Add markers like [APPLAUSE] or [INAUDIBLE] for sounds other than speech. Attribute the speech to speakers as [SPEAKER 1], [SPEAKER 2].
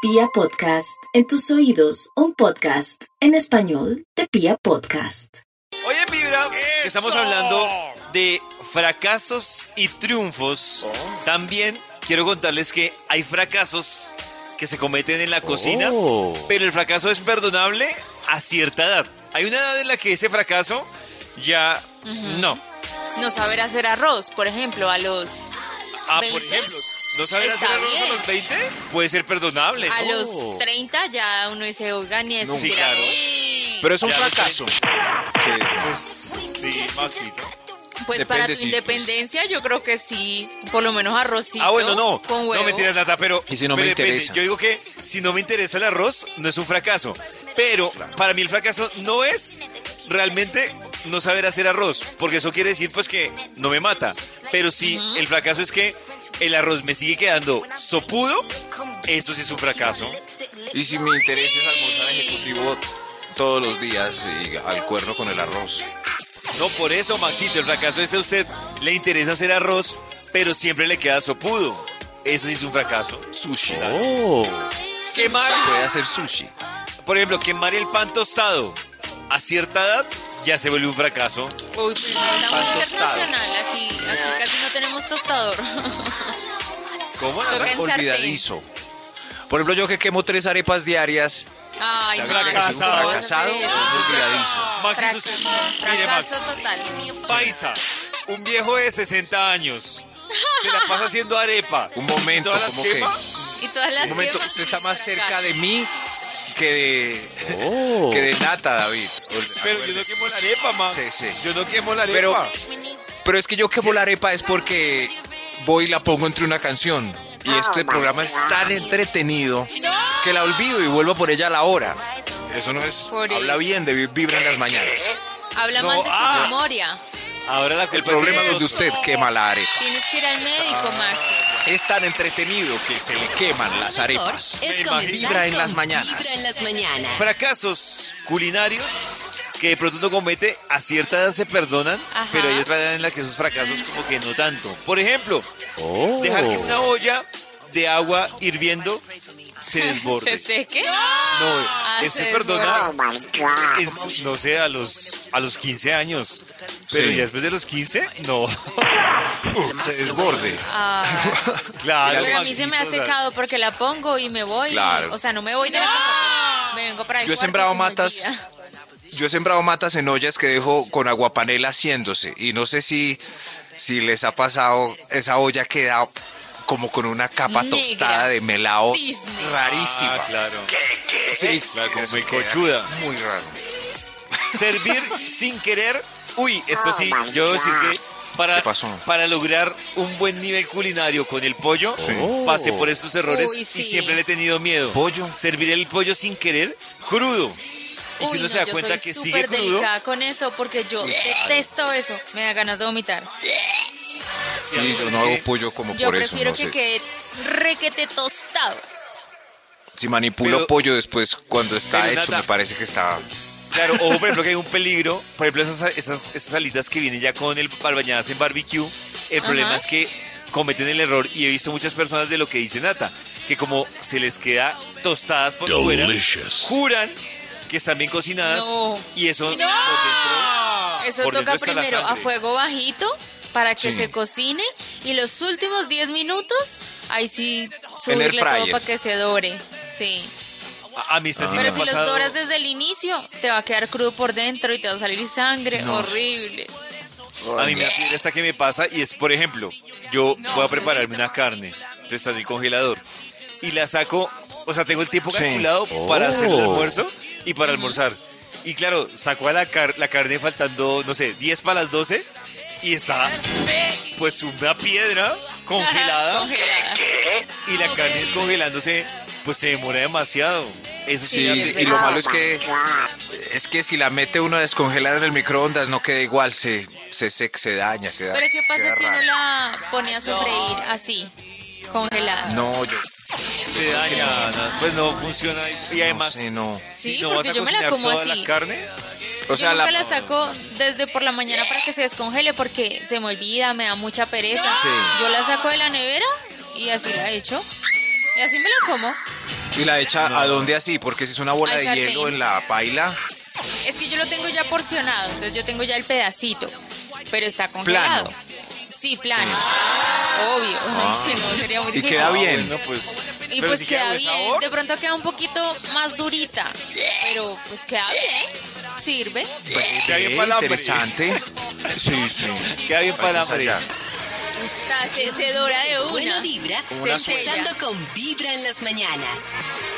[SPEAKER 1] Pia Podcast, en tus oídos, un podcast en español de Pia Podcast.
[SPEAKER 2] Hoy en Vibra estamos hablando de fracasos y triunfos. También quiero contarles que hay fracasos que se cometen en la cocina,
[SPEAKER 3] Oh.
[SPEAKER 2] pero el fracaso es perdonable a cierta edad. Hay una edad en la que ese fracaso ya no.
[SPEAKER 4] no saber hacer arroz, por ejemplo, a los
[SPEAKER 2] Ah, por
[SPEAKER 4] 20.
[SPEAKER 2] ejemplo, no saber
[SPEAKER 4] Está
[SPEAKER 2] hacer arroz a
[SPEAKER 4] bien.
[SPEAKER 2] los 20 puede ser perdonable.
[SPEAKER 4] a
[SPEAKER 3] Oh.
[SPEAKER 4] los 30 ya uno dice, oiga, ni
[SPEAKER 2] Sí,
[SPEAKER 4] existir
[SPEAKER 2] claro.
[SPEAKER 4] arroz.
[SPEAKER 3] Pero es un
[SPEAKER 2] Ya lo
[SPEAKER 3] fracaso.
[SPEAKER 2] Pues, Sí, Maxito.
[SPEAKER 4] Pues para tu
[SPEAKER 3] depende, sí,
[SPEAKER 4] independencia yo creo que sí, por lo menos arrocito
[SPEAKER 2] Ah, bueno, no.
[SPEAKER 4] con huevo.
[SPEAKER 2] No mentiras, Nata, pero.
[SPEAKER 3] ¿Y si no
[SPEAKER 2] pero
[SPEAKER 3] me
[SPEAKER 2] depende.
[SPEAKER 3] interesa?
[SPEAKER 2] Yo digo que si no me interesa el arroz, no es un fracaso. Pero para mí el fracaso no es realmente no saber hacer arroz, porque eso quiere decir pues que no me mata. Pero si el fracaso es que el arroz me sigue quedando sopudo, eso sí es un fracaso.
[SPEAKER 3] Y si me interesa es almorzar ejecutivo todos los días y al cuerno con el arroz.
[SPEAKER 2] No, por eso, Maxito, el fracaso es a usted le interesa hacer arroz, pero siempre le queda sopudo. Eso sí es un fracaso.
[SPEAKER 3] Sushi. Oh.
[SPEAKER 2] Quemar
[SPEAKER 3] Puede hacer sushi.
[SPEAKER 2] Por ejemplo, quemar el pan tostado a cierta edad ya se vuelve un fracaso.
[SPEAKER 4] Uy, pues, está muy
[SPEAKER 3] Pan tostado.
[SPEAKER 4] internacional, aquí, aquí casi no tenemos tostador. [LAUGHS]
[SPEAKER 2] ¿Cómo?
[SPEAKER 4] Toca en
[SPEAKER 3] Olvidadizo. Por ejemplo, yo que quemo tres arepas diarias.
[SPEAKER 4] sartén. Ay,
[SPEAKER 3] la
[SPEAKER 4] Max,
[SPEAKER 3] verdad que pues, soy un
[SPEAKER 4] ¿cómo vas a
[SPEAKER 3] fracasado,
[SPEAKER 4] hacer eso?
[SPEAKER 3] es olvidadizo.
[SPEAKER 2] Max,
[SPEAKER 4] Frac-
[SPEAKER 2] entonces, mire, Max.
[SPEAKER 4] fracaso total.
[SPEAKER 2] Paisa, un viejo de 60 años, se la pasa haciendo arepa.
[SPEAKER 3] [LAUGHS] Un momento,
[SPEAKER 2] ¿Todas las
[SPEAKER 3] como
[SPEAKER 2] quema?
[SPEAKER 3] que.
[SPEAKER 4] Y todas las
[SPEAKER 3] Un momento,
[SPEAKER 4] quemas,
[SPEAKER 3] usted está más
[SPEAKER 4] fracaso.
[SPEAKER 3] cerca de mí que de. que de nata, David.
[SPEAKER 2] Pero yo no quemo la arepa, Max.
[SPEAKER 3] Sí, sí.
[SPEAKER 2] Yo no quemo la arepa.
[SPEAKER 3] Pero, pero es que yo quemo la arepa es porque voy y la pongo entre una canción. Y este programa es tan entretenido que la olvido y vuelvo por ella a la hora. Eso no es.
[SPEAKER 4] Por
[SPEAKER 3] habla
[SPEAKER 4] eso.
[SPEAKER 3] bien de vi- Vibra en las mañanas.
[SPEAKER 4] Habla
[SPEAKER 2] No,
[SPEAKER 4] más de tu
[SPEAKER 2] ah.
[SPEAKER 4] memoria.
[SPEAKER 2] Ahora la
[SPEAKER 3] El
[SPEAKER 2] culpa
[SPEAKER 3] problema
[SPEAKER 2] es
[SPEAKER 3] es
[SPEAKER 2] de
[SPEAKER 3] donde
[SPEAKER 2] nosotros.
[SPEAKER 3] usted quema la arepa.
[SPEAKER 4] Tienes que ir al médico,
[SPEAKER 3] Ah,
[SPEAKER 4] Maxi.
[SPEAKER 3] Es tan entretenido que se le queman las arepas.
[SPEAKER 2] Me
[SPEAKER 5] Es
[SPEAKER 2] imagino.
[SPEAKER 5] comenzar
[SPEAKER 3] Vibra en
[SPEAKER 5] con
[SPEAKER 3] las mañanas.
[SPEAKER 5] Vibra en las mañanas.
[SPEAKER 2] Fracasos culinarios que de pronto uno comete a cierta edad se perdonan,
[SPEAKER 4] Ajá.
[SPEAKER 2] pero hay otra edad en la que esos fracasos como que no tanto. Por ejemplo,
[SPEAKER 3] Oh.
[SPEAKER 2] dejar que una olla de agua hirviendo
[SPEAKER 4] [LAUGHS]
[SPEAKER 2] se
[SPEAKER 4] ¿Se
[SPEAKER 2] desborde.
[SPEAKER 4] seque?
[SPEAKER 2] No, eso
[SPEAKER 4] se
[SPEAKER 2] perdona.
[SPEAKER 3] Oh,
[SPEAKER 2] en su- no sé, a los, a los 15 años. Pero
[SPEAKER 3] Sí.
[SPEAKER 2] ya después de los 15, no. [LAUGHS]
[SPEAKER 3] Se desborde.
[SPEAKER 4] Ah.
[SPEAKER 2] claro.
[SPEAKER 4] Pero a mí se me ha
[SPEAKER 2] Maxito, o sea,
[SPEAKER 4] secado porque la pongo y me voy.
[SPEAKER 3] Claro.
[SPEAKER 4] O sea, no me voy de la casa. pero Me vengo para el
[SPEAKER 3] Yo he
[SPEAKER 4] cuarto,
[SPEAKER 3] sembrado
[SPEAKER 4] se me
[SPEAKER 3] matas.
[SPEAKER 4] olvida.
[SPEAKER 3] Yo he sembrado matas en ollas que dejo con aguapanela haciéndose. Y no sé si, si les ha pasado, esa olla queda como con una capa
[SPEAKER 4] Negra.
[SPEAKER 3] tostada de melao
[SPEAKER 4] Cisne.
[SPEAKER 3] rarísima.
[SPEAKER 2] Ah, claro.
[SPEAKER 3] Sí,
[SPEAKER 2] Claro, como
[SPEAKER 3] eso
[SPEAKER 2] muy
[SPEAKER 3] queda
[SPEAKER 2] cochuda.
[SPEAKER 3] Muy raro.
[SPEAKER 2] Servir sin querer. Uy, esto sí, yo debo decir que para,
[SPEAKER 3] ¿Qué pasó?
[SPEAKER 2] para lograr un buen nivel culinario con el pollo,
[SPEAKER 3] Oh.
[SPEAKER 2] pasé por estos errores
[SPEAKER 4] Uy,
[SPEAKER 2] y
[SPEAKER 4] sí.
[SPEAKER 2] siempre le he tenido miedo.
[SPEAKER 3] Pollo.
[SPEAKER 2] Servir el pollo sin querer, crudo. Y que
[SPEAKER 4] Uy,
[SPEAKER 2] uno
[SPEAKER 4] no,
[SPEAKER 2] se da
[SPEAKER 4] yo
[SPEAKER 2] cuenta
[SPEAKER 4] soy
[SPEAKER 2] que
[SPEAKER 4] súper
[SPEAKER 2] sigue crudo.
[SPEAKER 4] delicada con eso porque yo detesto eso. Me da ganas de vomitar.
[SPEAKER 3] Sí, yo no hago pollo como
[SPEAKER 4] Yo
[SPEAKER 3] por eso.
[SPEAKER 4] prefiero
[SPEAKER 3] no
[SPEAKER 4] que
[SPEAKER 3] sé.
[SPEAKER 4] quede requete tostado.
[SPEAKER 3] Si manipulo
[SPEAKER 2] Pero-
[SPEAKER 3] pollo después, cuando está
[SPEAKER 2] Pero
[SPEAKER 3] hecho,
[SPEAKER 2] nada.
[SPEAKER 3] me parece que está.
[SPEAKER 2] Claro, ojo, por ejemplo, que hay un peligro. Por ejemplo, esas, esas, esas salitas que vienen ya con el para bañadas en barbecue. El
[SPEAKER 4] Ajá.
[SPEAKER 2] problema es que cometen el error y he visto muchas personas de lo que dice Nata, que como se les queda tostadas por fuera, juran que están bien cocinadas
[SPEAKER 4] No.
[SPEAKER 2] y eso por dentro.
[SPEAKER 4] Eso
[SPEAKER 2] Por dentro
[SPEAKER 4] toca
[SPEAKER 2] está la
[SPEAKER 4] primero a
[SPEAKER 2] sangre.
[SPEAKER 4] fuego bajito para que
[SPEAKER 3] Sí.
[SPEAKER 4] se cocine y los últimos 10 minutos ahí
[SPEAKER 3] En
[SPEAKER 4] sí
[SPEAKER 3] el
[SPEAKER 4] subirle todo
[SPEAKER 3] fryer.
[SPEAKER 4] para que se dore. Sí.
[SPEAKER 2] A, a mí está
[SPEAKER 4] Pero si los doras desde el inicio, te va a quedar crudo por dentro y te va a salir sangre. Horrible.
[SPEAKER 2] A mí me da piedra hasta que me pasa y es, por ejemplo, yo voy a prepararme una carne, entonces está en el congelador y la saco, o sea, tengo el tiempo
[SPEAKER 3] Sí.
[SPEAKER 2] calculado para hacer el
[SPEAKER 3] Oh.
[SPEAKER 2] almuerzo y para almorzar. Y claro, saco a la, car- la carne faltando, no sé, 10 para las 12 y está pues una piedra congelada
[SPEAKER 4] Congelada.
[SPEAKER 2] y la carne descongelándose, pues se demora demasiado. Eso sí,
[SPEAKER 3] Sí,
[SPEAKER 2] da
[SPEAKER 4] es
[SPEAKER 2] piedra.
[SPEAKER 3] y lo
[SPEAKER 4] verdad.
[SPEAKER 3] malo es que es que si la mete uno a descongelar en el microondas no queda igual, se se, se, se daña, queda.
[SPEAKER 4] Pero ¿qué pasa
[SPEAKER 3] queda
[SPEAKER 4] si no
[SPEAKER 3] raro.
[SPEAKER 4] la pone a sofreír así? Congelada.
[SPEAKER 3] No, yo
[SPEAKER 2] se daña, no, pues no funciona y, y
[SPEAKER 3] no
[SPEAKER 2] además
[SPEAKER 3] sé, no.
[SPEAKER 2] si
[SPEAKER 4] Sí,
[SPEAKER 2] no vas
[SPEAKER 4] porque
[SPEAKER 2] a
[SPEAKER 4] yo me la
[SPEAKER 2] cocinar
[SPEAKER 4] como
[SPEAKER 2] toda la
[SPEAKER 4] así.
[SPEAKER 2] carne,
[SPEAKER 3] O sea,
[SPEAKER 4] Yo nunca
[SPEAKER 3] la,
[SPEAKER 4] la, saco desde por la mañana para que se descongele porque se me olvida, me da mucha pereza.
[SPEAKER 3] Sí.
[SPEAKER 4] Yo la saco de la nevera y así la echo. Y así me la como.
[SPEAKER 3] Y la echa a dónde así, porque si es una bola
[SPEAKER 4] Al
[SPEAKER 3] de
[SPEAKER 4] sartén.
[SPEAKER 3] hielo en la paila,
[SPEAKER 4] Es que yo lo tengo ya porcionado, entonces yo tengo ya el pedacito, pero está congelado.
[SPEAKER 3] Plano.
[SPEAKER 4] Sí, plano. Obvio. si no, sería muy
[SPEAKER 3] Y
[SPEAKER 4] difícil.
[SPEAKER 3] queda bien.
[SPEAKER 2] bueno, pues.
[SPEAKER 4] Y
[SPEAKER 2] pero
[SPEAKER 4] pues
[SPEAKER 2] si
[SPEAKER 4] queda
[SPEAKER 2] buen
[SPEAKER 4] bien.
[SPEAKER 2] sabor.
[SPEAKER 4] De pronto queda un poquito más durita, pero pues queda bien. Sirve.
[SPEAKER 2] Queda bien
[SPEAKER 3] eh,
[SPEAKER 2] para el hambre.
[SPEAKER 3] interesante. Sí, sí.
[SPEAKER 2] Queda bien para el
[SPEAKER 3] Vamos
[SPEAKER 2] hambre.
[SPEAKER 3] allá.
[SPEAKER 4] O sea, se, se dora de
[SPEAKER 5] Buena
[SPEAKER 4] una.
[SPEAKER 5] vibra,
[SPEAKER 4] Una sola.
[SPEAKER 5] empezando con vibra en las mañanas.